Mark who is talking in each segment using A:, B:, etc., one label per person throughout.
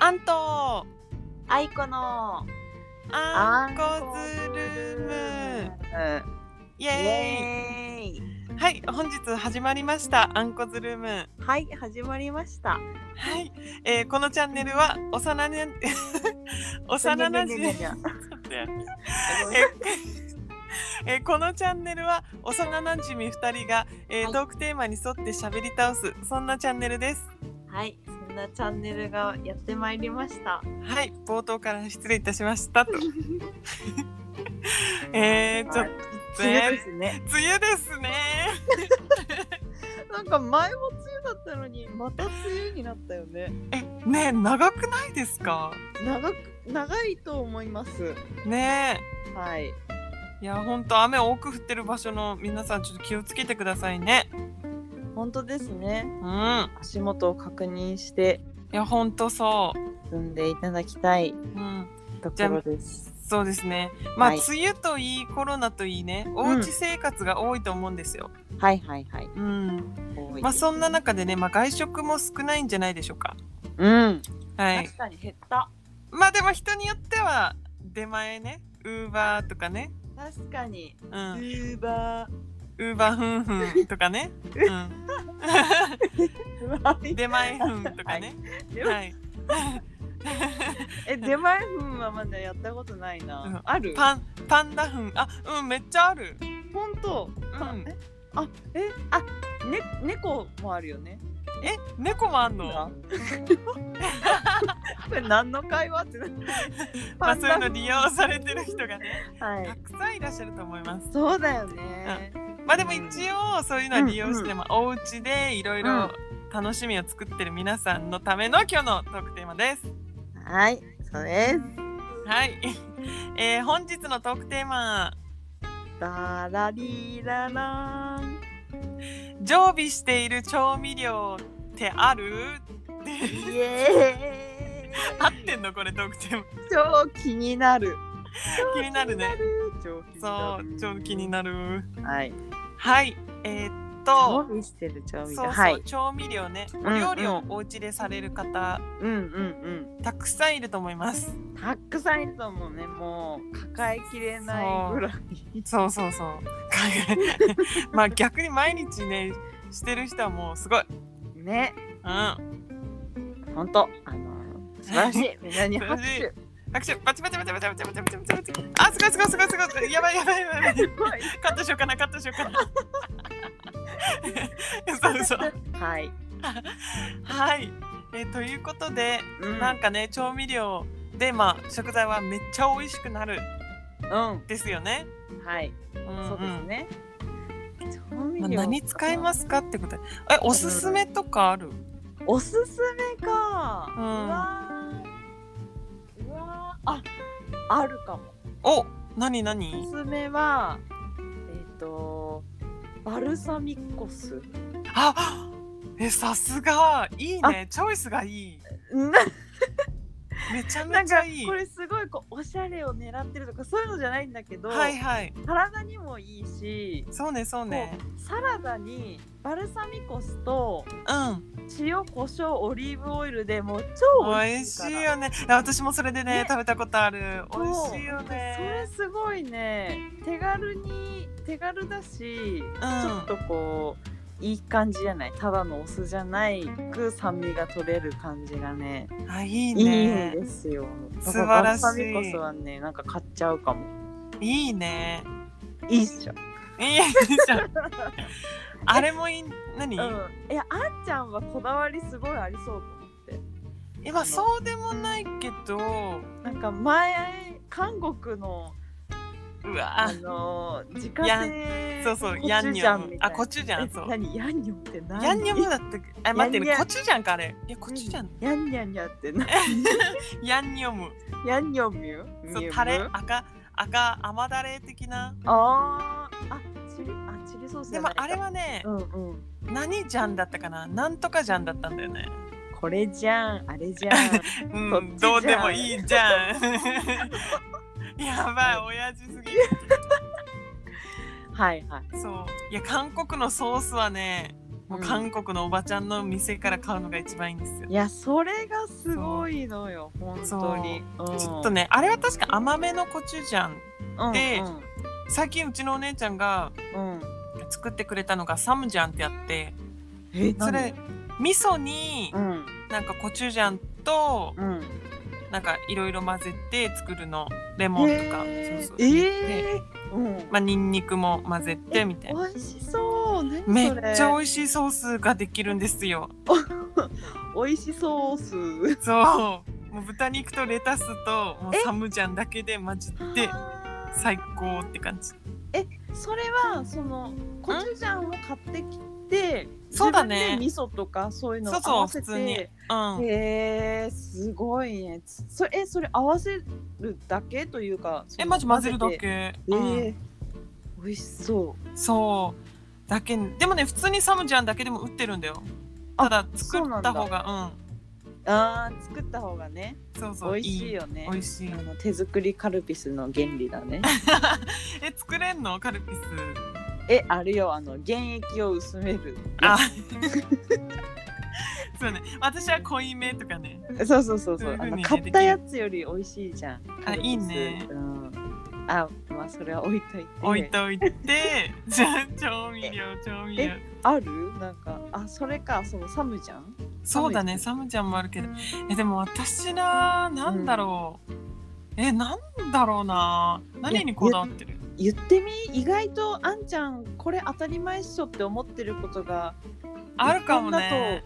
A: アント
B: あいこの
A: アンコズルームイ
B: イ
A: エ
B: エーイ
A: ーイはい本日始まりましたアンコズルーム
B: はい始まりまし
A: は
B: た
A: い、えー、このチャンネルは幼ね 幼なじみ
B: にゃにゃにゃにゃ
A: えーこのチャンネルは幼なじみ2人が、えー
B: はい
A: トークテーマに沿って喋り倒すそんなチャンネルです
B: はいそんなチャンネルがやってまいりました
A: はい冒頭から失礼いたしましたとえー、ちょっと
B: 梅雨ですね
A: 梅雨ですね
B: なんか前も梅雨だったのにまた梅雨になったよね
A: えねえ長くないですか
B: 長く長いと思います
A: ね
B: はい
A: えいやほんと雨多く降ってる場所の皆さんちょっと気をつけてくださいね
B: 本当ですね
A: うん
B: 足元を確認して
A: いやほんとそう、
B: 進んでいただきたい
A: うん、
B: とこ
A: じゃ
B: ろ
A: あ
B: です
A: そうですねまあ、
B: はい
A: 梅雨といいコロナといいねおうち生活が多いと思うんですよ、
B: はいはいはい
A: うん
B: 多い
A: まあ、そんな中でね、まあ、外食も少ないんじゃないでしょうか
B: うん
A: はい
B: 確かに減った
A: まあでも人によっては出前ねウーバーとかね
B: 確かに
A: う
B: ウ
A: ん
B: ーバ
A: ウーバーふんふんとかね、う
B: ー
A: ん、出前ふんとかねはい
B: え出前分はまだやったことないな、
A: うん
B: ある
A: パンパンダフンあうんめっちゃある
B: 本当、
A: うん
B: えあえあね猫もあるよね
A: え猫もあんの
B: な これ何の会話っ てな
A: まあそういうの
B: パン
A: 利用されてる人がね
B: ダ
A: た
B: はい
A: くさんいらっしゃると思います
B: そうだよね、
A: まあでも一応そういうのは利用して、
B: うん
A: まあお家でいろいろ楽しみを作ってる皆さんのための今日のトークテーマです
B: はいそうです
A: はい、 えー、本日のトークテーマ
B: ダラリララン
A: 常備している調味料ってある
B: イエ
A: 合 ってんのこれトークテーマ
B: ーイ超気になる
A: 気になるね
B: 超気に
A: そ
B: なる
A: うちょっと気になる
B: はい
A: はいえーっ
B: 調
A: と
B: 味してる
A: そう
B: 調味
A: そう、
B: 料はい
A: 調味料ね
B: ん
A: お料理をお家でされる方、
B: うんうん
A: たくさんいると思います
B: うんたくさんいると思うねもう抱えきれないぐらい
A: そうそう そうまあ逆に毎日ねしてる人はもうすごい
B: ね
A: うん拍
B: ほんとあの素晴らしいみんなに拍
A: 素晴
B: 手
A: 手パチパチパチパチパチパチパチパチパチあすごいすごいすごいすごいやばいやばいやばいやばい
B: すごい
A: カットしようかなカットしようかな そうそう
B: はい
A: はい、えーということで、
B: うん
A: なんかね調味料でまあ食材はめっちゃ美味しくなる
B: うん
A: ですよね、
B: はい
A: うんうん
B: そうですね調味
A: まあ、
B: 料
A: 何使いますかってことでえおすすめとかある
B: おすすめか
A: う
B: うんわーうわーああるかも
A: お何
B: お
A: 何
B: すすめはえっとバルサミコ酢
A: あえさすがいいねチョイスがいい
B: な
A: めちゃ
B: な
A: め
B: ん
A: ちゃ
B: か
A: いい
B: これすごいこうおしゃれを狙ってるとかそういうのじゃないんだけど、
A: はいはい
B: 体にもいいし
A: そうねそうね
B: こうサラダにバルサミコ酢と
A: うん
B: 塩コショウオリーブオイルでもう超美
A: 美
B: 味
A: 味
B: しい
A: し
B: から
A: いよねあ私もそれでね
B: ね
A: 食べたことある美
B: そう
A: 味しいよ
B: それ
A: ね
B: すごいね手軽に手軽だし、ちょっとこういい感じじゃないただのお酢じゃないく酸味が取れる感じがね
A: あいい
B: いい
A: ね
B: ですよ。
A: 素晴らしい
B: だからバルサミコ酢はね、なんか買っちゃうかも。
A: いいね
B: いいっしょ。
A: いいじゃ んあれもいい何、
B: うん。いや、あんちゃんはこだわりすごいありそうと思って。
A: 今そうでもないけど
B: なんか前、韓国の、
A: うわ
B: あのー、自家
A: やん
B: 製
A: そうそう
B: コチ
A: ヤン
B: ュ
A: ニ
B: ジ
A: ョ
B: ャン
A: ム
B: みた
A: あ
B: いな
A: コチュジャン
B: え
A: そう
B: 何ヤンニョムって何
A: ヤンニョムだってあ待って
B: ヤンニャン
A: コチュジャンかあれいやコチュジャン
B: ヤンニャンニャンっ て何
A: ヤンニョム
B: ヤンニョム
A: そ
B: ミ
A: う
B: ュ
A: タレ
B: あ
A: 赤赤甘だれ的な
B: ーあ、チリ、あ、チリソースじ
A: で
B: ゃ
A: も
B: ないか
A: あれ、はね、
B: うんうん。
A: 何ジャンだったかななんとかジャンだったんだよね
B: これじゃん、あれじゃ ん。
A: う
B: そ
A: ん
B: っちじゃん
A: どうでもいいじ ゃんやばい親父すぎ
B: はいはい。
A: そういや韓国のソースはねもう韓国のおばちゃんの店から買うのが一番いいんですよ
B: いやそれがすごいのよ本当に、うん
A: ちょっとねあれは確か甘めのコチュジャンで最近うちのお姉ちゃんが
B: うんうんうん
A: 作ってくれたのがサムジャンってやって
B: え
A: それ味噌に
B: 何うん
A: なんかコチュジャンと
B: うん
A: なんかいろいろ混ぜて作るのレモンとか
B: え
A: そうそう
B: ー
A: で
B: えーうん
A: まあニンニクも混ぜてみたいな
B: 美味しそう何それ
A: めっちゃ美味しいソースができるんですよ
B: 美味しソース
A: そうもう豚肉とレタスともうサムジャンだけで混じって
B: あー
A: 最高って感じ
B: それはそのコチュジャンを買ってきて
A: そうだね
B: 自分で味噌とかそういうのを
A: そうそう
B: 合わせて
A: 普通にうん
B: へえすごいねつそえそれ合わせるだけというかその
A: えマジ混ぜるだ
B: て
A: け
B: え
A: うん
B: ー美味しそう
A: そうだけでもね普通にサムジャンだけでも売ってるんだよ
B: あ
A: ただ作
B: そうな
A: っ
B: んだ
A: た方が
B: あー作った方がね
A: うんそうそう
B: 美味しいよね
A: 美味しい
B: あの手作りカルピスの原理だね
A: え作れんのカルピス
B: えあるよあの原液を薄める
A: あ そうね私は濃いめとかね
B: そうそうそうそう
A: そういう風
B: あ
A: に
B: の
A: ね
B: 買ったやつより美味しいじゃんカルピス
A: いいね
B: うん、あまあそれは置いといて
A: 置いといてじゃあ調味料調味料
B: あるなんかあそれかそのサムじゃん
A: そうだねサムちゃんもあるけどえでも私ななんだろう、えなんだろうな何にこだわってる
B: 言ってみ意外とあんちゃんこれ当たり前っしょって思ってることが
A: あるかもね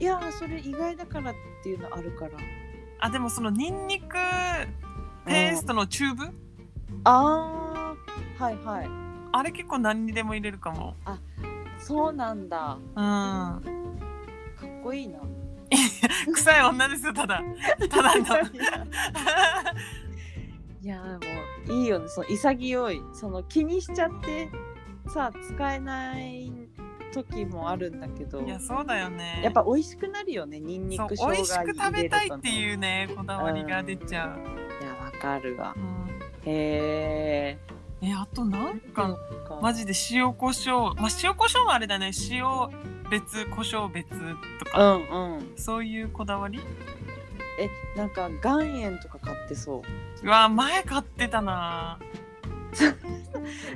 B: いやーそれ意外だからっていうのあるから
A: あでもそのニンニクペーストのチューブ、
B: あーはいはい
A: あれ結構何にでも入れるかも
B: そうなんだ
A: うん
B: かっこいいな
A: 臭い女ですよただ た だの
B: いやーもういいよねその潔いその気にしちゃってさ使えない時もあるんだけど
A: いや
B: や
A: そうだよね
B: っぱ美味しくなるよねニンニ
A: そう
B: ク生姜
A: 美味しく食
B: 入
A: べ
B: れる
A: たい
B: と
A: って
B: ね
A: いうねこだわりが出ちゃう、
B: いやわかるわ
A: うん
B: へえ
A: えあとなんかマ
B: ジ
A: ジで塩コショウまあ塩コショウはあれだね塩別胡椒別と
B: う
A: か、
B: んうん
A: そういうこだわり
B: えなんか岩塩とか買ってそう
A: うわ前買ってたな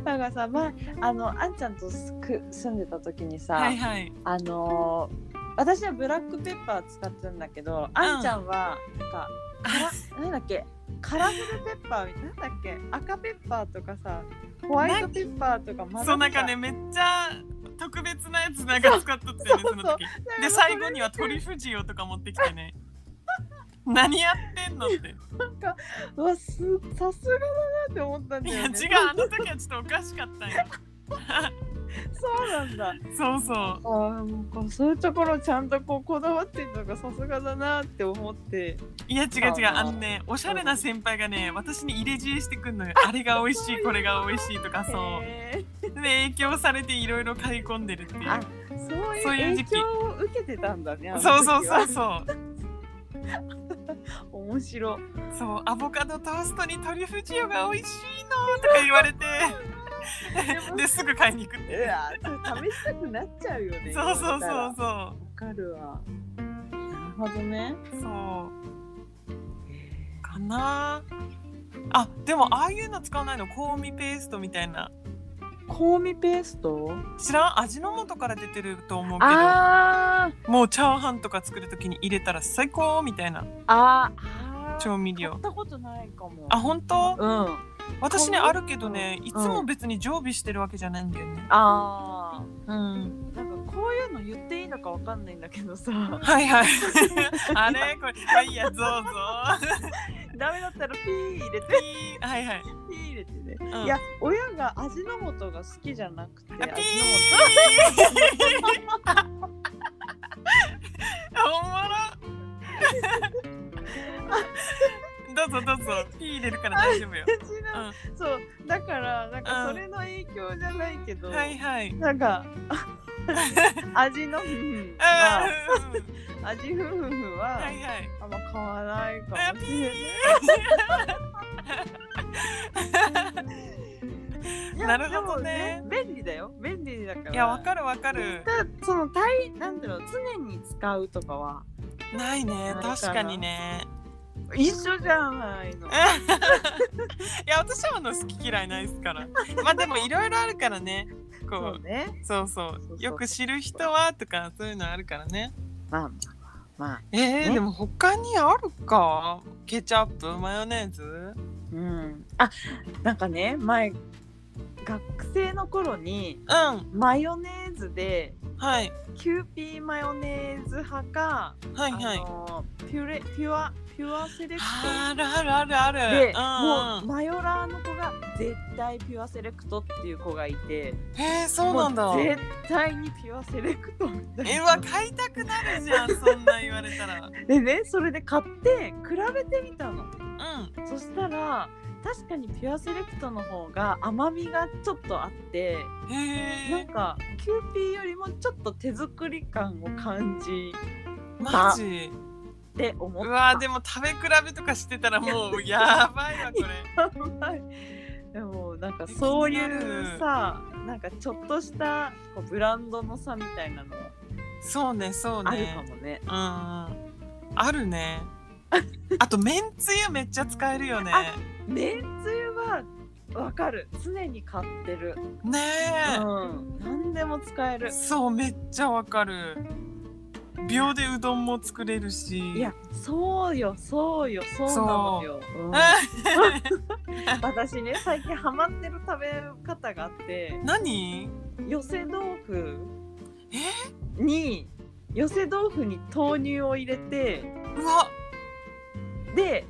B: なんかさ、まあ、あのあんちゃんとすく住んでた時にさ、
A: はいはい
B: あのー私はブラックペッパー使ってたんだけど、あんちゃんはなんかからなんだっけカラフルペッパーみたいなんだっけ赤ペッパーとかさホワイトペッパーとか混ぜて
A: そうなんかねめっちゃ特別なやつなんか使っとってね
B: そう
A: その時
B: なんか
A: で
B: そ
A: 最
B: れ
A: 後にはトリュフ塩とか持ってきてね何やってんのって
B: うわすさすがだなって思ったん
A: い
B: だ
A: や違
B: よ、
A: う
B: ね、
A: あの時はちょっとおかしかったんよ
B: そうなんだ
A: そうそう
B: あーもうこうそういうところちゃんとこうこだわってるのがさすがだなって思って
A: いや違う
B: そう
A: 違うあのねおしゃれな先輩がね私に入れ知恵してくんのよあれが美味しいこれが美味しいとかそう
B: へ
A: で影響されていろいろ買い込んでるっていう
B: あーそう
A: そうい
B: いうう
A: 時
B: 影
A: 期
B: 響を受けてたんだねあの時
A: そうそ
B: は
A: うそうそう
B: 面白
A: そうアボカドトーストにトリュフ塩が美味しいのとか言われ てですぐ買いに行くっ
B: い
A: て
B: やーそれ試したくなっちゃうよね
A: そうそうそう
B: 言われた
A: そう
B: らわかるわなるほどね
A: そうかなあでもああいうの使わないの香味ペーストみたいな
B: 香味ペースト
A: 知らん味の素から出てると思うけど
B: あー
A: もうチャーハンとか作る時に入れたら最高みたいな
B: あー
A: 調味
B: 買
A: 料
B: ったことないかも
A: あ本当
B: うん
A: 私ね
B: 香味
A: あるけどね
B: うん
A: いつも別に常備してるわけじゃないんだよね
B: あ
A: うん
B: ーなんかこういうの言っていいのかわかんないんだけどさ
A: はいはいあれこれまあいいやぞうぞ
B: ダメだったらピー入れて
A: ピーはいはい、
B: ピー入れてね
A: うん、
B: いや親が味の素が好きじゃなくて
A: あ
B: 味
A: ピー
B: の素
A: おもろどうぞどうぞピー入れるから大丈夫よ
B: 味のそうだからなんかそれの影響じゃないけど、
A: はいはい
B: な んかあ味のうん
A: あ
B: は
A: ーうん
B: 味夫婦は、
A: はいはい
B: あんま買わないかもしれない。いや
A: なるほどね
B: でも便利だよ便利だから
A: いやわかるわかる
B: ただその大なんだろう常に使うとかは
A: ないね
B: ないかな
A: 確かにね
B: 一緒じゃないの
A: いや私はあの好き嫌いないですからまあでもいろいろあるからね
B: そ
A: こ
B: うね
A: うそうそう
B: そうそう
A: よく知る人はとかそういうのあるからね
B: まあまあまあ
A: えー
B: ね
A: でも他にあるかケチャップマヨネーズ
B: うんあなんかね前学生の頃に
A: うん
B: マヨネーズで
A: はい
B: キューピーマヨネーズ派か、
A: はいはい
B: あのピュレピュアピュアセレク
A: あるあるあるある
B: トで、
A: うん
B: もうマヨラーの子が絶対ピュアセレクトっていう子がいて
A: うん、えー、そうなんだ
B: もう絶対にピュアセレクトみたい
A: えう
B: な
A: わ買いたくなるじゃんそんな言われたら
B: でねそれで買って比べてみたの
A: うん
B: そしたら確かにピュアセレクトの方が甘みがちょっとあって
A: へ
B: なん
A: え
B: かキューピーよりもちょっと手作り感を感じ
A: マジ
B: て思った
A: うわでも食べ比べとかしてたらもうやばいわこれ
B: やばいでもなんかそういうさなんかちょっとしたこうブランドの差みたいなの
A: そうねそう
B: あるか
A: ね
B: もね。
A: うんうんある ねあとめんつゆめっちゃ使えるよね
B: めんつゆはわかる常に買ってる、
A: ねえ、
B: うん、何でも使える
A: そうめっちゃわかる秒でうどんも作れるし
B: いやそうよそうよそうなのよ、うん 私ね最近ハマってる食べ方があって
A: 何
B: 寄せ豆腐
A: え
B: に寄せ豆腐に豆乳を入れて
A: うわ
B: で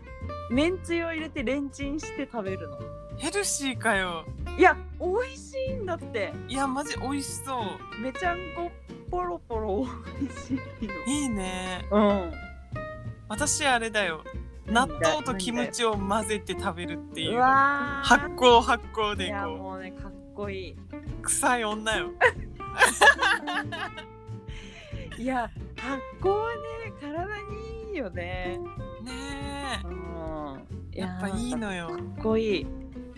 B: めんつゆを入れてレンチンして食べるの
A: ヘルシーかよ
B: いや美味しいんだって
A: いやマジ美味しそう
B: めちゃんこポロポロ美味しいの
A: いいね
B: うん
A: 私あれだよ納豆とキムチを混ぜて食べるっていうう
B: わー
A: 発酵発酵
B: い
A: で
B: や
A: こ
B: もうねかっこいいう
A: 臭い女よ
B: いや発酵はね体にいいよね
A: ね
B: うん
A: えやっぱいいのよ
B: かっこいい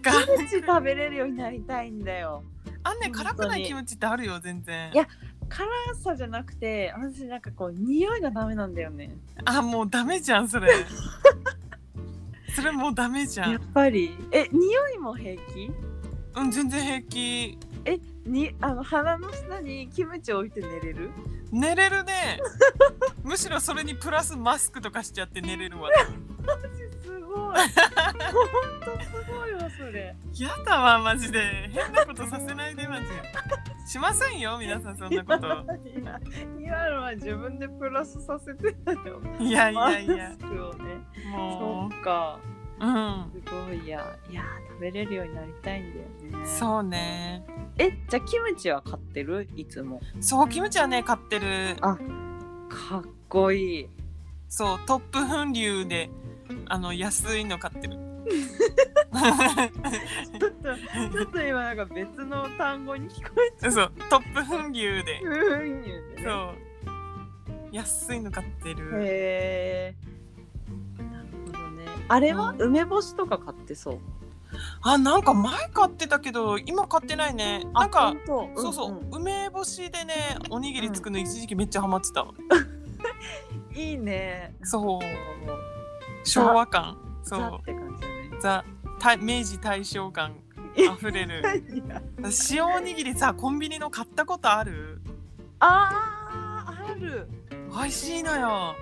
A: が
B: キムチ食べれるようになりたいんだよ
A: あんね辛く
B: 本当
A: ない
B: に
A: キムチってあるよ全然
B: いや辛さじゃなくて私なんかこう匂いがダメなんだよね
A: あもうダメじゃんそれそれもうダメじゃ
B: やっ
A: ん
B: ぱりえ匂いも平気
A: うん全然平気
B: えにあの鼻の下にキムチ置いて寝れる
A: 寝れるねむしろそれにプラスマスクとかしちゃって寝れるわ
B: マジす ごいほんとすごいわそれ
A: やだわマジで変なことさせないでマジしませんよ皆さんそんなこと
B: いや今のは自分でプラスさせてたよ
A: いやいやいや
B: マスクをねそ
A: も
B: うか
A: ううん
B: すごいやいや食べれるようになりたいんだよね
A: そうね
B: えじゃあキムチは買ってるいつも
A: そうキムチはね買ってる
B: かっこいい
A: そうトップ粉流であの安いの買ってる
B: ちょっとちょっと今なんか別の単語に聞こえちゃう
A: そうトップ粉流で
B: うん言うてね
A: そう安いの買ってる
B: へえ。なるほどね。あれは、
A: うん
B: 梅干しとか買ってそう。
A: あなんか前買ってたけど今買ってないねなんか
B: 本当
A: そうそう、
B: ん
A: 梅干しでねおにぎり作るの一時期めっちゃハマってた、
B: んいいね。
A: そう
B: もう
A: 昭和感そ
B: ザ
A: う
B: って感じ
A: ザ大明治大正感あふれる
B: だね。いや
A: 塩おにぎりさコンビニの買ったことある
B: あーある。
A: 美味しいのよ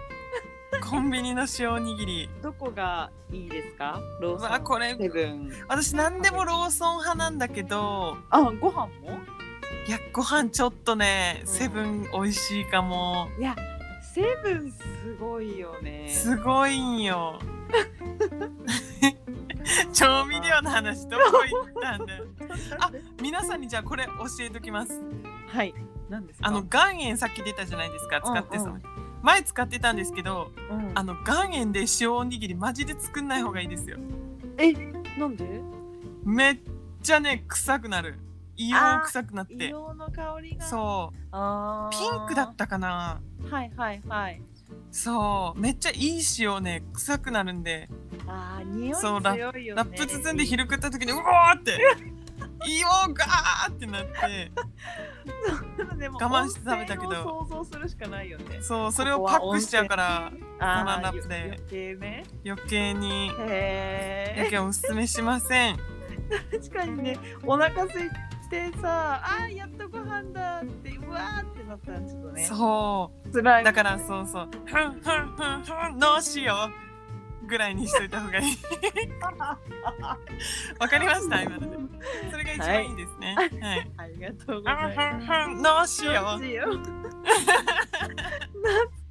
A: コンビニの塩おにぎり
B: どこがいいですか？ローソン。
A: まあこれ
B: セブン。
A: 私何でもローソン派なんだけど
B: あご飯も？
A: いやご飯ちょっとね
B: うん
A: セブン美味しいかも
B: いやセブンすごいよね。
A: すごいんよ 調味料の話どこ行ったんだよあ皆さんにじゃあこれ教えときます
B: はい。なんですか？
A: あの岩塩さっき出たじゃないですか使ってそう、
B: うんう
A: 前使ってたんですけど
B: うん
A: あの岩塩で塩おにぎりマジで作んない方がいいですよ
B: えなんで？
A: めっちゃね臭くなる硫黄臭くなって
B: 硫黄の香りが。う。
A: そう
B: あー
A: ピンクだったかな
B: はいはいはい。
A: そうめっちゃいい塩ね臭くなるんで
B: あー匂い
A: そうラ
B: 強いよね。
A: ラップ包んで。昼食った時にうわーって芋ガーってなって
B: でも
A: 我慢して食べたけど
B: 温泉を想像するしかないよね
A: そうそれをパックしちゃうからサランラップで
B: あー余計ね
A: 余計 にだ
B: へ
A: けはおすすめしません
B: え確かにねお腹空いてさあーやっとご飯だってうわーってなったらちょっとね
A: そう
B: 辛い
A: だからそうそう「ふんふんふんふんどうしよう」ぐらいにしといた方がい いわかりました今のでそれが一番いいですね はい
B: ありがと
A: 「ふ
B: うござ
A: ん
B: います
A: ふんふんどうしよう」
B: よ 懐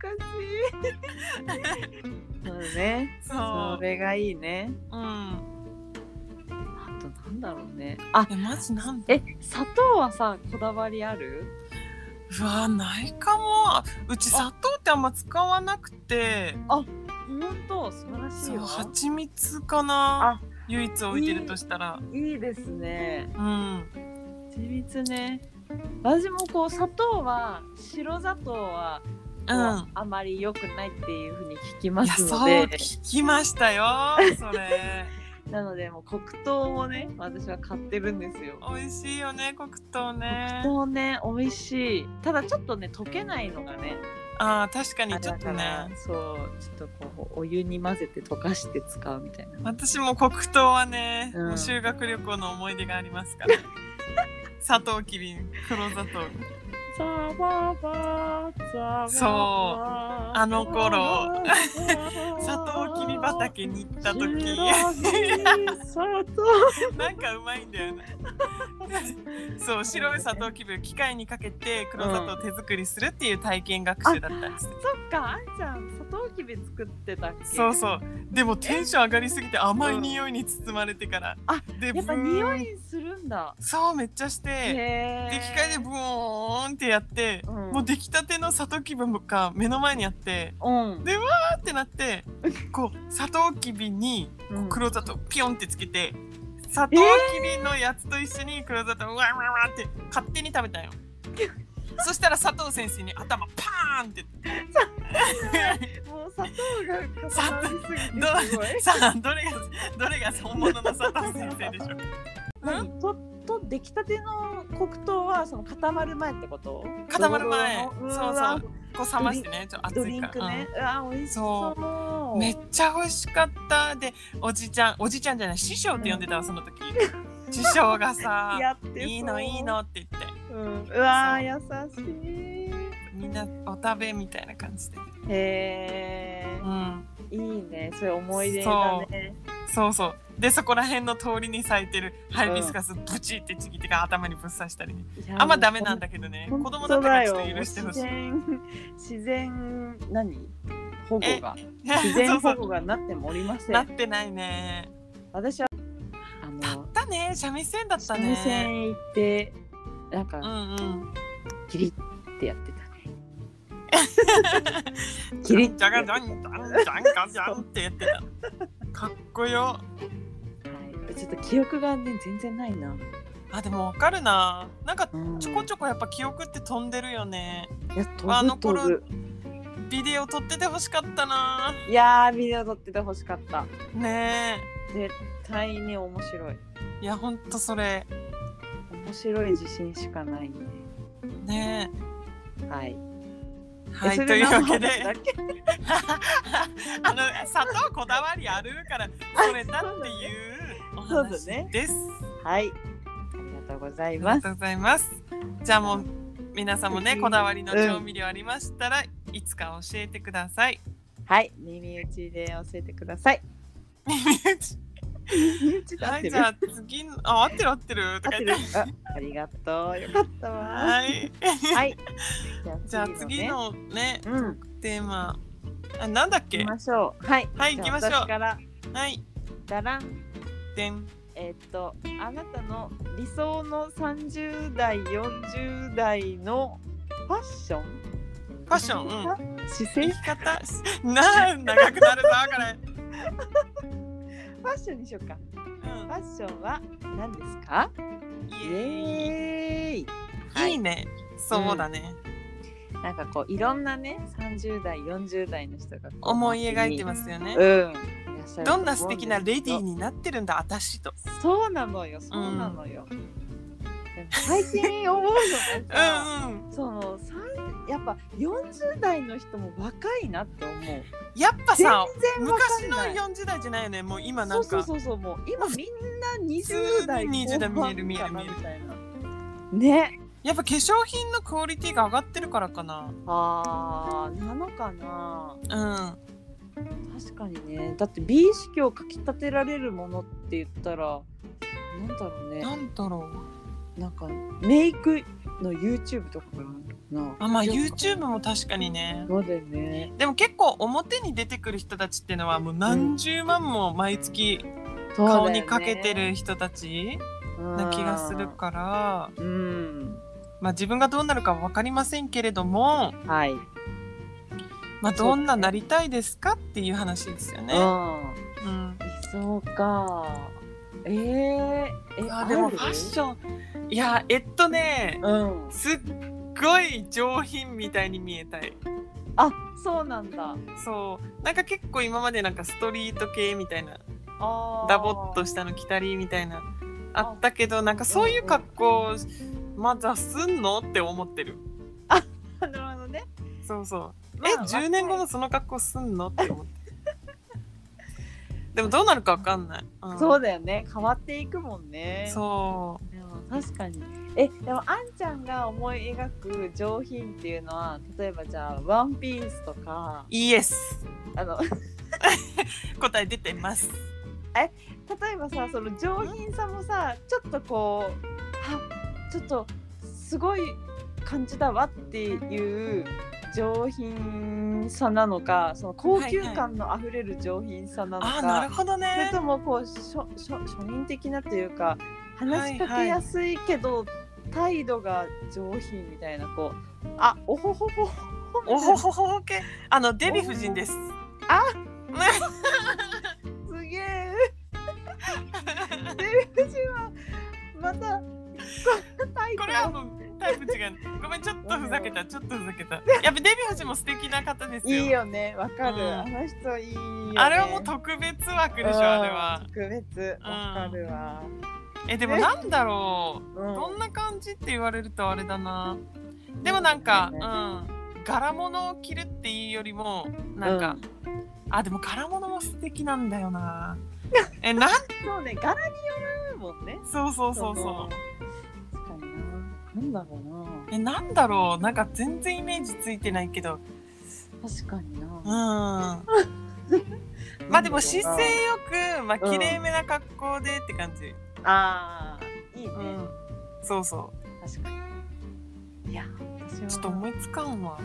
B: かしいそうね
A: そ
B: それがいいね
A: う。うん。
B: あとなんだろうねあ
A: え、マジなん
B: え砂糖はさこだわりある
A: うわ、ないかも。あうち砂糖ってあんま使わなくて。
B: 本当素晴らし
A: そ、
B: いうわ
A: 蜂蜜かな。唯一置いてるとしたら。
B: いいですね
A: うん。
B: 蜂蜜ね私もこう砂糖は白砂糖はこ
A: う
B: う
A: ん。
B: あまり良くないっていうふうに聞き
A: い
B: ま
A: や、
B: す
A: そう
B: ので、
A: 聞きましたよ。それ。
B: なのでもう黒糖をね私は買ってるんですよ
A: 美味しいよね、黒糖ね。
B: 黒糖ね美味しいただちょっとね溶けないのがね
A: ああ、確か
B: あ
A: に
B: れ
A: ちょ
B: だ
A: っと
B: から
A: ね。
B: そうちょっとこうお湯に混ぜて溶かして使うみたいな
A: 私も黒糖はね、
B: うん
A: もう修学旅行の思い出があります から。砂糖キビン、黒砂糖。
B: ザババ
A: そうあの 頃砂糖キビ畑に行った時。
B: 砂糖
A: なんかうまいんだよな。 そう白い砂糖キビを機械にかけて黒砂糖を手作りするっていう体験学習だったんです、
B: そっかあんちゃん砂糖きび作ってたっけ
A: そうそうでもテンション上がりすぎて甘い匂いに包まれてから、
B: あ
A: で
B: やっぱ
A: ブーン
B: 匂いするんだ
A: そうめっちゃして、
B: へ
A: で機械でブーンってやって、
B: うん
A: もう出来たての砂糖キビが目の前にあって
B: うん
A: あーってなってこう砂糖キビに
B: うん
A: 黒砂糖ピョンってつけて砂糖キビのやつと一緒に黒砂糖うわうわうわって勝手に食べたんよ そしたら佐藤先生に頭パーンって
B: もう砂糖が固まりすぎてすごい
A: さあどれがどれが本物の佐藤先生でしょう
B: 何とと出来たての黒糖はその固まる前ってこと
A: 固まる前
B: うわ
A: そうそうこう冷ましてねちょっと熱
B: ドリ
A: い
B: ン
A: か
B: ク
A: ら、
B: ね、うわ美味しそう
A: うんめっちゃ美味しかったでおじちゃんおじちゃんじゃない師匠って呼んでたわその時師匠がさ
B: やってそう
A: いいのいいの、って言って
B: うん、うわ優しい
A: みんなお食べみたいな感じで、
B: へえ
A: うん、
B: いいねそれ思い出だね
A: そうそうでそこら辺の通りに咲いてるハイビスカスブチってちぎってが頭にぶっ刺したりね、あんまダメなんだけどね
B: 本
A: 子供だ
B: 当
A: ったら
B: だ
A: ち
B: よ
A: ょっと許してほしい
B: 自然自然何保護が 自
A: そ
B: 然
A: うそ
B: 保
A: う
B: 護がなってもおりま せん
A: なってないね
B: 私はあ
A: た
B: の
A: ったね三味線だった
B: 三味
A: ね
B: 線行ってなん
A: う
B: か
A: ん うん
B: キリってや ってたねキリッ
A: じゃがじゃんじゃんじゃんがじゃんってやってたかっこよ
B: はい、ちょっと記憶がね全然ないな、
A: あでもわかるななんか
B: うん、
A: ちょこちょこやっぱ記憶って飛んでるよね
B: いや
A: あ
B: 飛
A: の
B: ぶ飛
A: 頃
B: ぶ
A: ビデオ撮っててほしかったない
B: やービデオ撮ってて欲しかった
A: ね
B: 絶対に面白い
A: えいやほんとそれ
B: 面白い自信しかないね
A: ねえ
B: はい
A: はい、
B: それ
A: というわけで、
B: 何話だっ
A: あの砂糖こだわりあるからそれだっていうお
B: そうだね
A: 話です。
B: はいありがとうござい
A: ありが
B: ます
A: とうございます。じゃあもう皆さんもねこだわりの
B: うん
A: 調味料ありましたら、いつか教えてくださ い。
B: はい耳打ちで教えてください
A: はい、じ
B: 耳打ちで合ってる
A: ゃあ次のあ合ってる合ってると
B: 合っ
A: か
B: て
A: 言
B: る
A: って。
B: あありがとうよかったわ
A: はい。
B: はい
A: じゃあ次
B: ね
A: のね
B: うん
A: テーマあなんだっ
B: 行
A: け
B: き？ましょうはい
A: はい行きましょう
B: じゃあ私から
A: はい。
B: だらん
A: でん
B: えっと、あなたの理想の30代40代のファッション
A: ファッション、うん、
B: 姿
A: 生
B: 勢フ
A: き方 な長くなるなこれ。
B: ァッションにしようか
A: うん
B: ファッションは何ですかイエーイ
A: いいね。そうだね。
B: なんかこういろんなね30代40代の人がこう
A: 思い描いてますよね
B: う。んいらっしゃると思うですけ
A: どんな素敵なレディーになってるんだ、私と。
B: そうなのよそうなのよ、でも最近思うのが さ、
A: うんうん
B: そのさんやっぱ40代の人も若いなって思う
A: やっぱ
B: 全
A: さ
B: 然若
A: 昔
B: く
A: の
B: ない
A: 40代じゃないよねもう今な
B: そ
A: ん
B: う
A: か
B: そうそうそうもう今みんな20代
A: 普通に20代
B: 後半
A: 見える見える
B: かな
A: 見える
B: みたいなね
A: やっぱ化粧品のクオリティが上がってるからかな
B: あーなのかな
A: うん
B: 確かにねだって美意識をかきたてられるものって言ったらなんだろうね
A: なんだろう
B: なんかメイクの YouTube とかかな
A: あまあ
B: なんか
A: YouTube も確かにね
B: そうだよね
A: でも結構表に出てくる人たちっていうのはもう何十万も毎月
B: そうだよ
A: 顔
B: ね
A: にかけてる人たちな気がするから、
B: うん
A: まあ自分がどうなるかは分かりませんけれども、
B: うんはい
A: まあ、どんななりたいですかっていう話ですよね。
B: うん
A: うん、
B: そうか。えー、え、
A: あでもファッションいやえっとね
B: ョン。うん。
A: すっごい上品みたいに見えたい。
B: あ、そうなんだ。
A: そうなんか結構今までなんかストリート系みたいな
B: あー
A: ダボっとしたの着たりみたいなあったけどなんかそういう格好まだすんのって思ってる
B: なるほどね。
A: そうそう
B: ま
A: え
B: あ
A: 10年後もその格好すんのって思ってるでもどうなるかわかんない、うん
B: そうだよね。変わっていくもんね。
A: そ
B: でも確かに。え、でもあんちゃんが思い描く上品っていうのは、例えばじゃあワンピースとか、
A: うイエス
B: あの
A: 答え出てます
B: 例えばさ、その上品さもさ、ちょっとこう、あ、ちょっとすごい感じだわっていう上品さなのかその高級感のあふれる上品さなのか、
A: あーなるほどね
B: それともこうしょしょ庶民的なというか話しかけやすいけど、態度が上品みたいなこうあおほほほほ
A: おほほほほけあのデヴィ夫人です
B: あ
A: ね
B: すげ えデヴィ夫人はまたこの態度
A: これはもうタイプ違うごめんちょっとふざけたちょっとふざけたやっぱデヴィ夫人も素敵な方ですよ
B: いいよねわかる、
A: うん
B: あの人いいよ、ね、
A: あれはもう特別枠でしょあれは
B: うん特別わかるわ、
A: えでもなんだろ
B: う
A: うんどんな感じって言われるとあれだなでもなんか
B: そううだ
A: ん柄物を着るっていうよりもなんか、あでも柄物も素敵なんだよなえなん
B: そうね柄によるもんね
A: そうそうそうそう
B: 確かにななんだろう
A: うえなんだろうなんか全然イメージついてないけど
B: な確かにな、
A: うんまあでも姿勢よくまあ綺麗めな格好でって感じ
B: ああいいね、
A: うんそうそ
B: 確かにいや私は
A: うちょっと思いつかんわ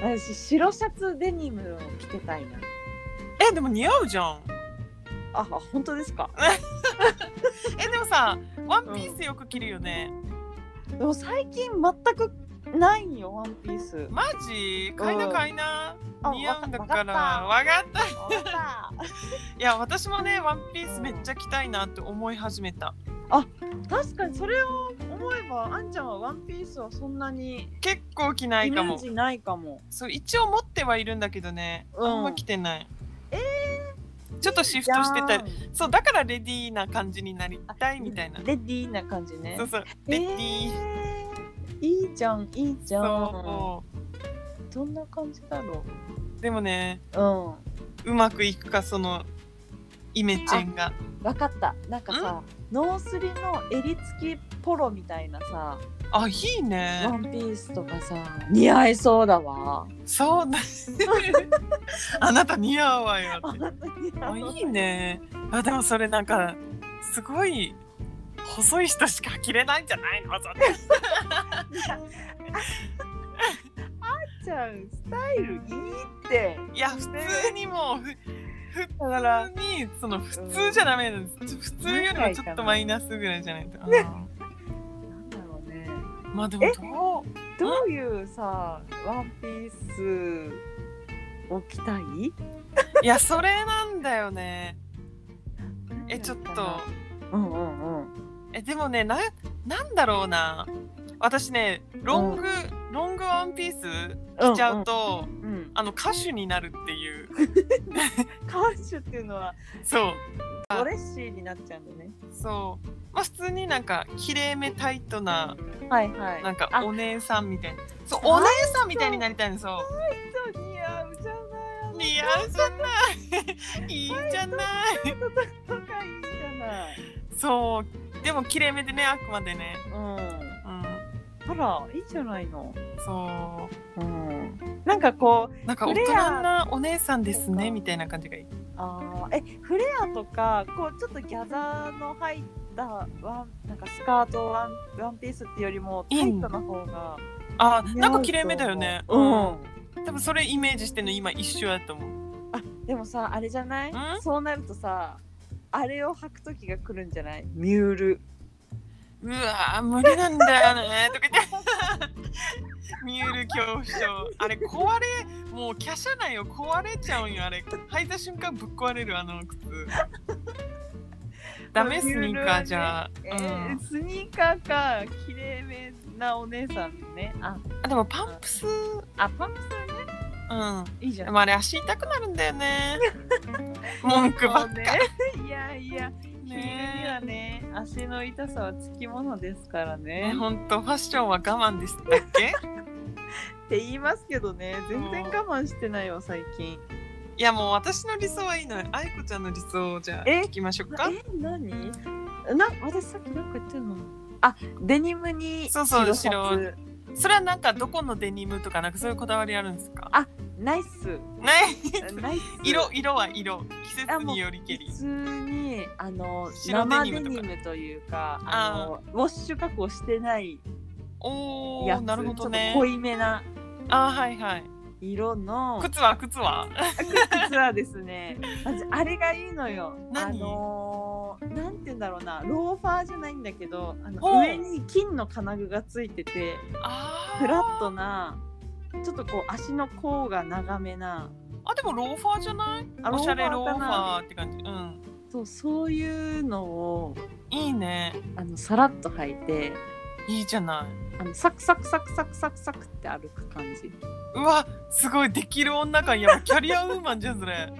B: 私白シャツデニムを着てたいな
A: えでも似合うじゃん
B: あ本当ですか
A: えでもさワンピースよく着るよね、
B: でも最近全くないんよワンピース
A: マジ買いな買いな、
B: あ
A: 似合うんだから
B: わ
A: わかったい
B: か ったわかっ
A: や私もねワンピースめっちゃ着たいなって思い始めた
B: た確かにそれを思えばあんちゃんはワンピースはそんなに
A: 結構着ない
B: イメ
A: か
B: ー
A: も
B: ジないかも
A: そう一応持ってはいるんだけどね、
B: うん
A: あんま着てないちょっとシフトしてたり
B: じ
A: そうだからレディーな感じになりたいみたいな
B: ゃんレディーな感じね
A: そうそう
B: え
A: レディー、
B: ーいいじゃんいいじゃん
A: そ
B: どんな感じだろ
A: うでもね
B: ううん
A: うまくいくかそのイメチェンが
B: わかったなんかさノースリの襟付きポロみたいなさ
A: あいいね
B: ワンピースとかさ似合いそうだわ
A: そう なあなた似合うわよってあ
B: い
A: いいねあでもそれなんかすごい細い人しか着れないんじゃないのそれ
B: ちゃんスタイルいいって
A: いや普通にもうふふ普通にその普通じゃダメなんです普通よりもちょっとマイナスぐらいじゃないと、
B: なんだろうね
A: うんまあでもどう
B: どういうさワンピースを着たい
A: いやそれなんだよねえちょっと
B: うんうんうん
A: えでもねななんだろうな私ねロング、ロングワンピース着ちゃうと、
B: うん
A: あの歌手になるっていう
B: カーシュっていうのは
A: そう
B: ドレッシーになっちゃうんだね
A: そうまあ、普通になんかきれいめタイトな
B: はいはい
A: なんか
B: あ
A: お姉さんみたいなそう
B: あ
A: お姉さんみたいになりたいのそう
B: そう似合うじゃない
A: 似合うじゃないいいじゃない
B: とかいいじゃない
A: そうでもきれいめでねあくまでね
B: うん
A: うん
B: あらいいじゃないの
A: そ
B: うんなんかこう
A: うなんか大人なお姉さんですねみたいな感じがいい
B: あーえフレアとかこうちょっとギャザーの入ったワンなんかスカートワンワンピースっていうよりもタイトな方が
A: あ
B: 似合うと思う
A: なんかきれいめだよね
B: うん、
A: 多分それイメージしてんの今一緒やと思う
B: あでもさあれじゃない
A: ん
B: そうなるとさあれを履く時が来るんじゃないミュール
A: うわー無理なんだよねとか言って ミュール恐怖症あれ壊れもう華奢なんよ壊れちゃうんよあれ履いた瞬間ぶっ壊れるあの靴ダメスニーカーじゃ、
B: え
A: うん
B: ースニーカーかきれいめなお姉さんねあ
A: あでもパンプスうん
B: あパンプスねいいじゃ
A: で
B: ん
A: もあれ足痛くなるんだよ ね文句ばっか
B: ね いやいやヒールに
A: ね
B: はね足の痛さはつきものですからね
A: えほんとファッションは我慢でしたっけ
B: って言いますけどね全然我慢してないよ最近
A: いやもう私の理想はいいのよ愛子ちゃんの理想をじゃあ
B: え
A: 聞きましょうか
B: え何な私さっきなんか言ってんのあデニムに
A: そうそう
B: シャツ
A: 白それはなんかどこのデニムとかなんかそういうこだわりあるんですか
B: ナイ ス
A: ね
B: ナイス
A: 色色は色季節によりけり
B: 普通にあの
A: 白
B: 生
A: デ
B: デ
A: ニムとか
B: ニムというかあのウォッシュ加工してない
A: お
B: や
A: お
B: つ
A: なるほどね
B: ちょっと濃いめな
A: あーはいはい
B: 色の
A: 靴は靴は
B: 靴はです ね私あれがいいのよあ
A: 何
B: のーなんて言うんだろうなローファーじゃないんだけどあ
A: ほ
B: の
A: う
B: 上に金の金具がついてて
A: あー
B: フラットなちょっとこう足の甲が長めな
A: あでもローファーじゃない
B: あ
A: おしゃれロー
B: か
A: ファ
B: な
A: ーって感じうん
B: そうそういうのを
A: いいね
B: あのさらっと履いて
A: いいじゃない
B: あのサクサクサクサクサクサクって歩く感じ
A: うわすごいできる女感やばいキャリアウーマンじゃんそ れ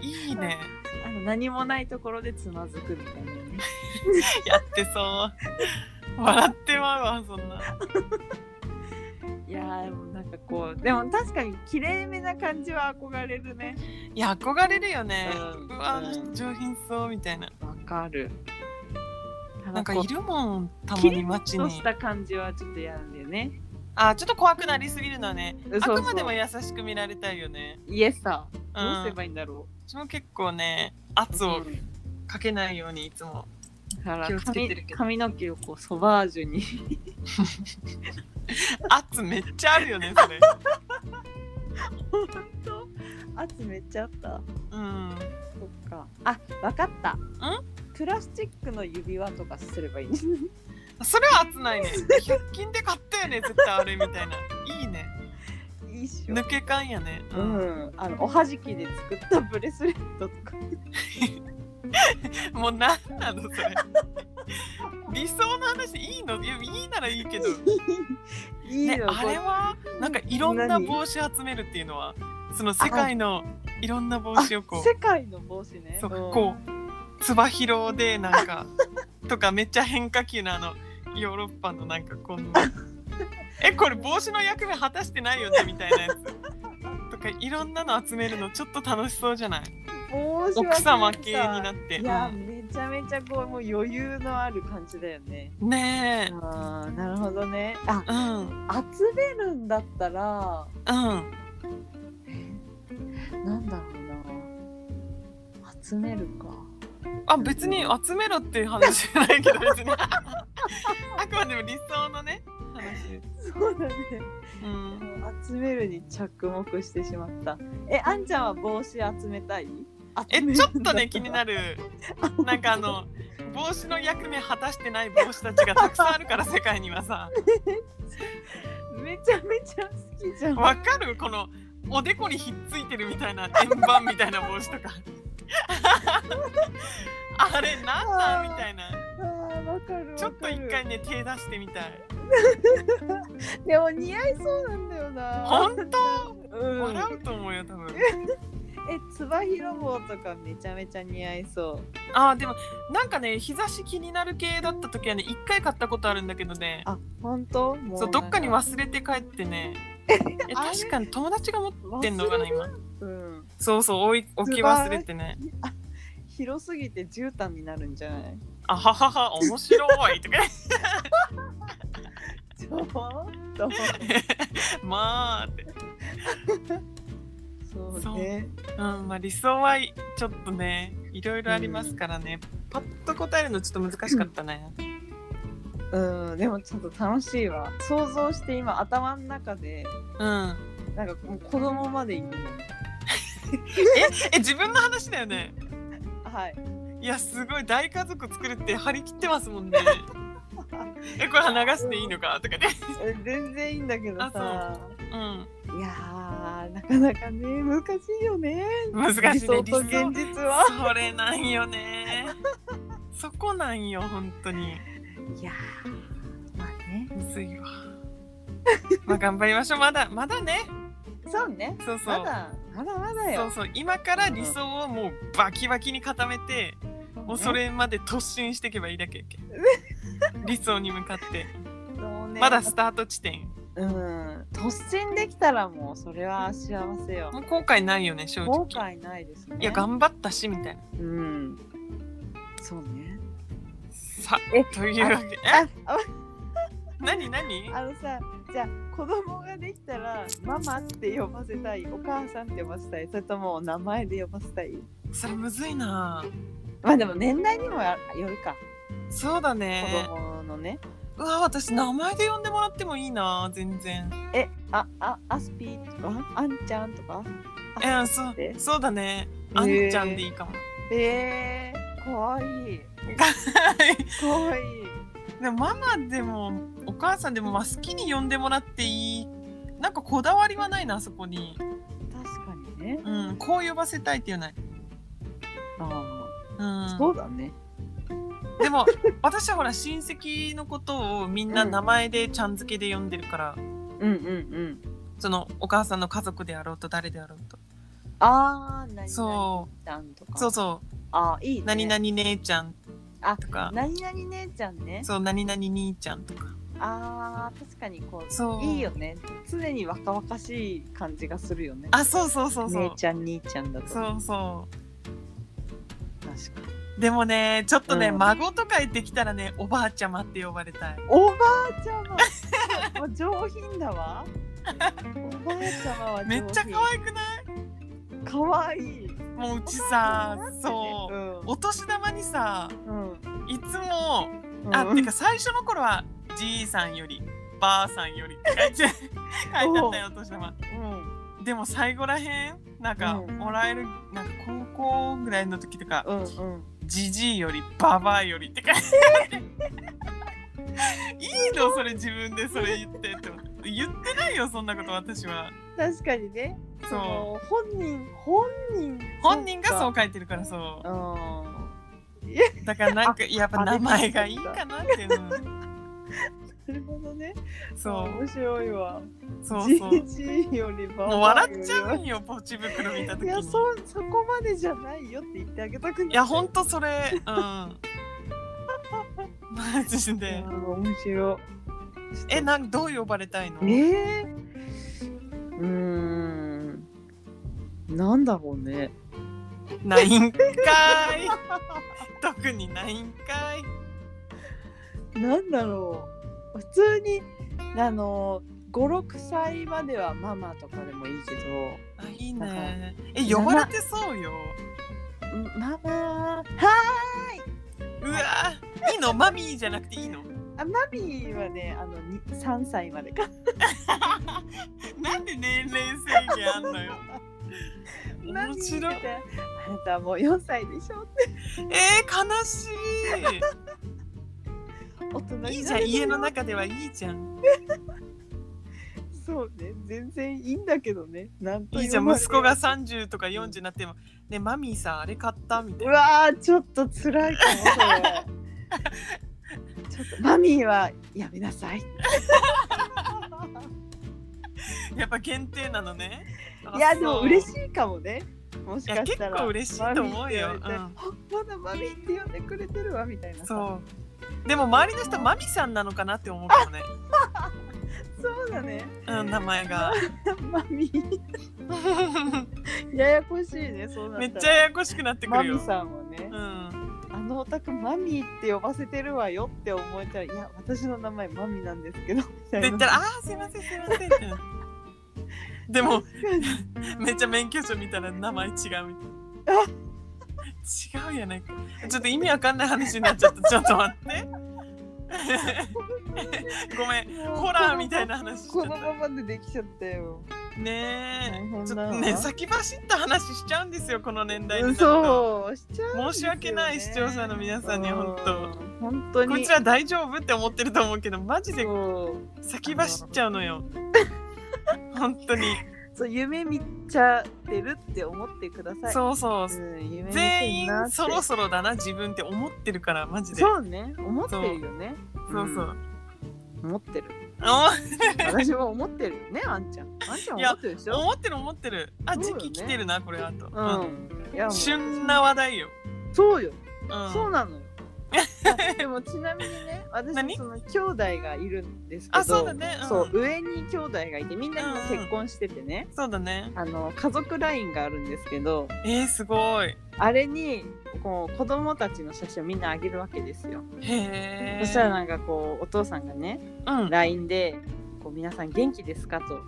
A: いいね
B: あの何もないところでつまずくみたいなね
A: やってそう笑ってまうわそんない
B: やーでもなんかこうでも確かに綺麗めな感じは憧れるね
A: いや憧れるよね、
B: う
A: うんわあの人上品そうみたいな
B: わかる
A: なんかいるもんたま
B: キ
A: に
B: リッ
A: 街
B: と
A: に
B: した感じはちょっと嫌なんだよね
A: あちょっと怖くなりすぎるのはね
B: そうそう
A: あくまでも優しく見られたいよね
B: イエスさ
A: う
B: どうすれ
A: ん
B: ばいいんだろ
A: 私も結構ね
B: う、
A: 圧を
B: ん
A: かけないようにいつも
B: だから
A: 気をつけてる
B: 髪
A: けど
B: 髪の毛をこうソバージュに
A: 圧めっちゃあるよねそ れ
B: 本当圧めっちゃあった
A: うん
B: そっかあわかったプラスチックの指輪とかすればいい
A: それは熱ないね。100均で買ったよね、絶対あれみたいな。いいね。
B: いいっしょ
A: 抜け感やね。
B: う。ん、あのおはじきで作ったブレスレットとか
A: もうなんなの、それ。理想の話いいのいやいいならいいけど、
B: いい
A: ね、
B: よ
A: あれはなんかいろんな帽子集めるっていうのはその世界のいろんな帽子をこ
B: 世界の帽子ね
A: うそう
B: うん
A: こうつば広でなんか とかめっちゃ変化球なあのヨーロッパのなんかこん なえこれ帽子の役目果たしてないよねみたいなやつとかいろんなの集めるのちょっと楽しそうじゃない
B: 帽子は
A: 奥様系になって
B: いやめちゃめちゃこうもう余裕のある感じだよね
A: うんねえ
B: あーなるほどねあ
A: うんうん
B: 集めるんだったらなんだろうな集めるか
A: あ別に集めろっていう話じゃないけど別 にあくまでも理想のね話です
B: そうだね
A: うん
B: 集めるに着目してしまったえあんちゃんは帽子集めたい
A: え ちょっとね気にな
B: る
A: るなんかあの帽子の役目果たしてない帽子たちがたくさんあるから世界にはさ
B: めちゃめちゃ好きじゃん
A: わかるこのおでこにひっついてるみたいな円盤みたいな帽子とか あれなんだみたいな
B: あーわかるわかる
A: ちょっと一回ね手出してみたい
B: でも似合いそうなんだよな
A: 本当
B: うん
A: 笑うと思うよ多分
B: えつばひろぼうとかめちゃめちゃ似合いそ
A: あーでもなんかね日差し気になる系だった時はね一回買ったことあるんだけどね
B: うあ本当も
A: そうどっかに
B: なん
A: 忘れて帰ってねえ
B: あれ
A: 確かに友達が持ってんのかな今
B: うん
A: そうそう置い置き忘れてね
B: 広すぎて絨毯になるんじゃない
A: あははは面白いとか
B: ちょっと
A: まあって
B: そうね
A: うんまあ理想はちょっとねいろいろありますからね、パッと答えるのちょっと難しかったね、
B: うんでもちょっと楽しいわ想像して今頭の中で
A: うん、
B: なんかもう子供までいるの
A: え自分の話だよね
B: はい
A: いやすごい大家族作るって張り切ってますもんねえこれ流していいのかとかね
B: え全然いいんだけどさ
A: うん
B: いやーなかなかね難しいよね
A: 難しいね
B: 理想と
A: 理
B: 現
A: 想
B: 実は
A: それなんよ ねそこなんよ本当に
B: いやーまあね
A: むずいわまあ頑張りましょうまだまだね
B: そうね
A: そうそ
B: ま
A: う
B: だまだまだ
A: そ
B: よ
A: うそう今から理想をもうバキバキに固めてもうそれまで突進していけばいいだけやけん理想に向かって
B: そう ね
A: まだスタート地点
B: うん突進できたらもうそれは幸せよ
A: もう後悔ないよね正
B: 後
A: 直
B: 悔ないですね
A: いや頑張ったしみたいな
B: うんそうね
A: さ
B: え
A: というわけえ
B: ああ
A: 何何
B: あのさじゃあ子供ができたらママって呼ばせたいお母さんって呼ばせたいそれとも名前で呼ばせたい
A: それむずいな
B: まあでも年代にもよるか
A: そうだ
B: 子
A: ね
B: 供のね
A: うわ私名前で呼んでもらってもいいな全然
B: えああアスピーとかあんちゃんとか
A: うんそう
B: で
A: そうだね
B: へー
A: あんちゃんでいいかも
B: えー、かわいいかわいい
A: でもママでもお母さんでもまあ好きに呼んでもらっていいなんかこだわりはないなあそこに、
B: 確かにね
A: うん、こう呼ばせたいっていうのは
B: ああ、
A: な
B: そ
A: い、
B: うだね
A: うん、でも私はほら親戚のことをみんな名前でちゃん付けで呼んでるから、
B: うんうんうん
A: そのお母さんの家族であろうと誰であろうと
B: ああ何々
A: そ
B: ちゃんとか
A: うそうそ
B: あーいいうね
A: 何々姉ちゃん
B: あ
A: とか
B: 何々姉ちゃんね
A: そう何々兄ちゃんとか
B: あー確かにこう
A: そう
B: いいよね常に若々しい感じがするよね
A: あそうそうそうそう
B: 姉ちゃん兄ちゃんだと
A: そうそ
B: 確かに
A: うでもねちょっとね、
B: うん
A: 孫とかできたらねおばあちゃまって呼ばれたい
B: おばあちゃ まもう上品だわおばあちゃまは上品
A: めっちゃ可愛くない
B: かわいい
A: もううちさ
B: そ
A: そう
B: う
A: お年玉にさ
B: ん、
A: いつも
B: うん、
A: あ
B: う
A: て
B: ん
A: か最初の頃はじいさんよりばあさんよりって書 いて書いてあったよお年玉でも最後らへんなんか
B: うん
A: もらえるなんか高校ぐらいの時とか
B: うんうん
A: じじいよりばばあよりって書いてあって いいのそれ自分でそれ言ってって思って言ってないよそんなこと私は
B: 確かにねそ
A: そう
B: の本人本人
A: 本人がそう
B: う
A: 書いてるからそう
B: か
A: だからなんかやっぱ
B: あ
A: 名前がいいかなっていうの
B: うんなるほどね
A: そう
B: 面白いわ
A: そうそう
B: じいじいよりば
A: もう
B: ばあ
A: 笑
B: よりは
A: っちゃうんよポチ袋見た時
B: い
A: に
B: やそそこまでじゃないよって言ってあげたくない
A: いやほんとそれうんマジ
B: いや
A: で
B: ー面白いちょっと
A: えなんどう呼ばれたいの
B: えーうーんなんだろうね
A: ないんかい特にないんかい
B: なんだろう普通にあの56歳まではママとかでもいいけど
A: あいいねえ呼ばれてそうよ
B: んママはーいう
A: わいいのマミーじゃなくていいの
B: あマミーはねあのに3歳までか
A: なんで年齢制限あんのよ面白い
B: マミーってあなたはもう4歳でしょって
A: えー、悲しい
B: 大人になる
A: いいじゃん家の中ではいいじゃん
B: そうね全然いいんだけどねなんと
A: いいじゃん息子が30とか40になっても「ねマミーさあれ買った?」みたいうな
B: わーちょっと辛いかもそれちょっとマミーはやめなさい
A: やっぱ限定なのね
B: いやでも
A: しい
B: 嬉しいかもねもし
A: いや
B: か
A: 結
B: したら
A: 構嬉しいと思うよ
B: マミって言われてまだマミって呼んでくれてるわみたいなさ
A: そうでも周りの人マミさんなのかなって思うけどね、
B: そうだね
A: うん、名前が
B: マミややこしいねそうなったら
A: めっちゃややこしくなってく
B: マ
A: る
B: ミ
A: よ、
B: さんはね
A: う、ん、
B: あのお宅マミって呼ばせてるわよって思えちゃういや私の名前マミなんですけどみた
A: で
B: い
A: 言っ
B: な
A: たら「あーすいませんすいません」うんでも
B: 確かに
A: めっちゃ免許証見たら名前違うみたいな。違うやないか。ちょっと意味わかんない話になっちゃった。ちょっと待って。ごめん。ホラーみたいな話しちゃ
B: こ
A: っ
B: の
A: た。
B: ままでできちゃったよ。
A: ね
B: 大
A: え。
B: 変
A: ちょっ
B: だわ
A: とね、先走った話しちゃうんですよ、この年代になると。
B: そう、しちゃうんですよね
A: 申し訳ない視聴者の皆さんに本当
B: うん本当に。
A: こいつら大丈夫って思ってると思うけど、マジで
B: そう
A: 先走っちゃうの よ。本当に。
B: そう夢見ちゃってるって思ってください。
A: そうそう。
B: うん夢見て
A: 全
B: んなっ
A: 員
B: て
A: そろそろだな、自分って思ってるから、マジで。
B: そうね、思ってるよね。
A: そうそう。
B: うん思ってる。
A: あ
B: 私も思ってるよね、あんちゃん。あんちゃん
A: いや
B: 思ってるでしょ。
A: 思ってる思ってるあ
B: そうよ
A: 時
B: ね
A: 期来てるなこれあと、
B: う
A: うん
B: ん。いやもう
A: 旬な話題よ、
B: そうよ。
A: うん、
B: そうなの よ。あでもちなみにね、私
A: 何
B: その兄弟がいるんですけど、
A: あそうだね、うん、
B: そう上に兄弟がいてみんな今
A: うんうん
B: 結婚しててね、
A: そうだね
B: あの家族 LINE があるんですけど
A: えー、すごい
B: あれにこう子供たちの写真をみんなあげるわけですよ、
A: へえ
B: そしたらなんかこうお父さんがね
A: うん
B: LINE でこう「皆さん元気ですか?」と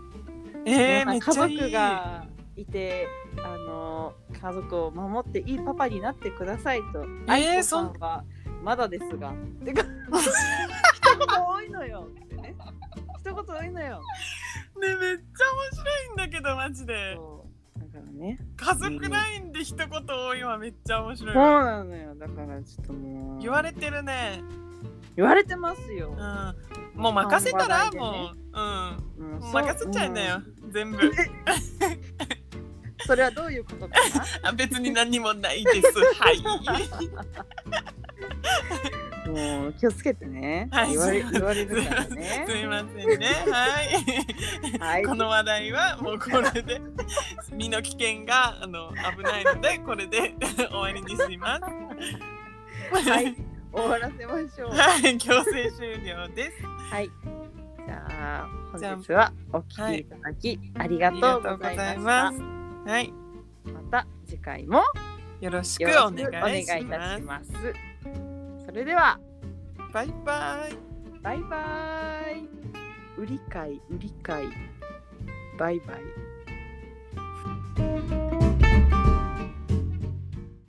A: えー、めっ
B: 皆
A: ちゃ
B: さん
A: い
B: 家
A: い
B: 族がいてあの家族を守っていいパパになってください
A: え
B: と
A: ー
B: 愛子さんはまだですが」ってか一言多いのよってね一言多いのよ
A: ねめっちゃ面白いんだけどマジで
B: そうだからね
A: 家族ラインで一言多いわめっちゃ面白い
B: そう
A: わ
B: なのよだからちょっともう
A: 言われてるね
B: 言われてますよ
A: う、んもう任せたら、
B: あ話題でね
A: もううん
B: うんそう
A: 任せちゃいなよ、
B: うん
A: 全部
B: それはどういうことか
A: あ 別に何にもないですはい
B: な もう気をつけてね、
A: はい
B: 言われ言われるから
A: す
B: ね
A: いませんね。はい。
B: はい
A: この話題はもうこれで身の危険があの危ないのでこれで 終わりにします。は
B: はい。終わらせましょう
A: はい、強制終了です。
B: はいじゃあ本日はお聞きいただきあり
A: あ
B: がとうございました、ま
A: ます。はい、
B: た次回も
A: よろしく
B: よ
A: お
B: ろしくお願
A: 願
B: い
A: い
B: い
A: した
B: し
A: ます。
B: ますそれでは
A: バイバイ。
B: バイバイ売り買い売り買いバイバイ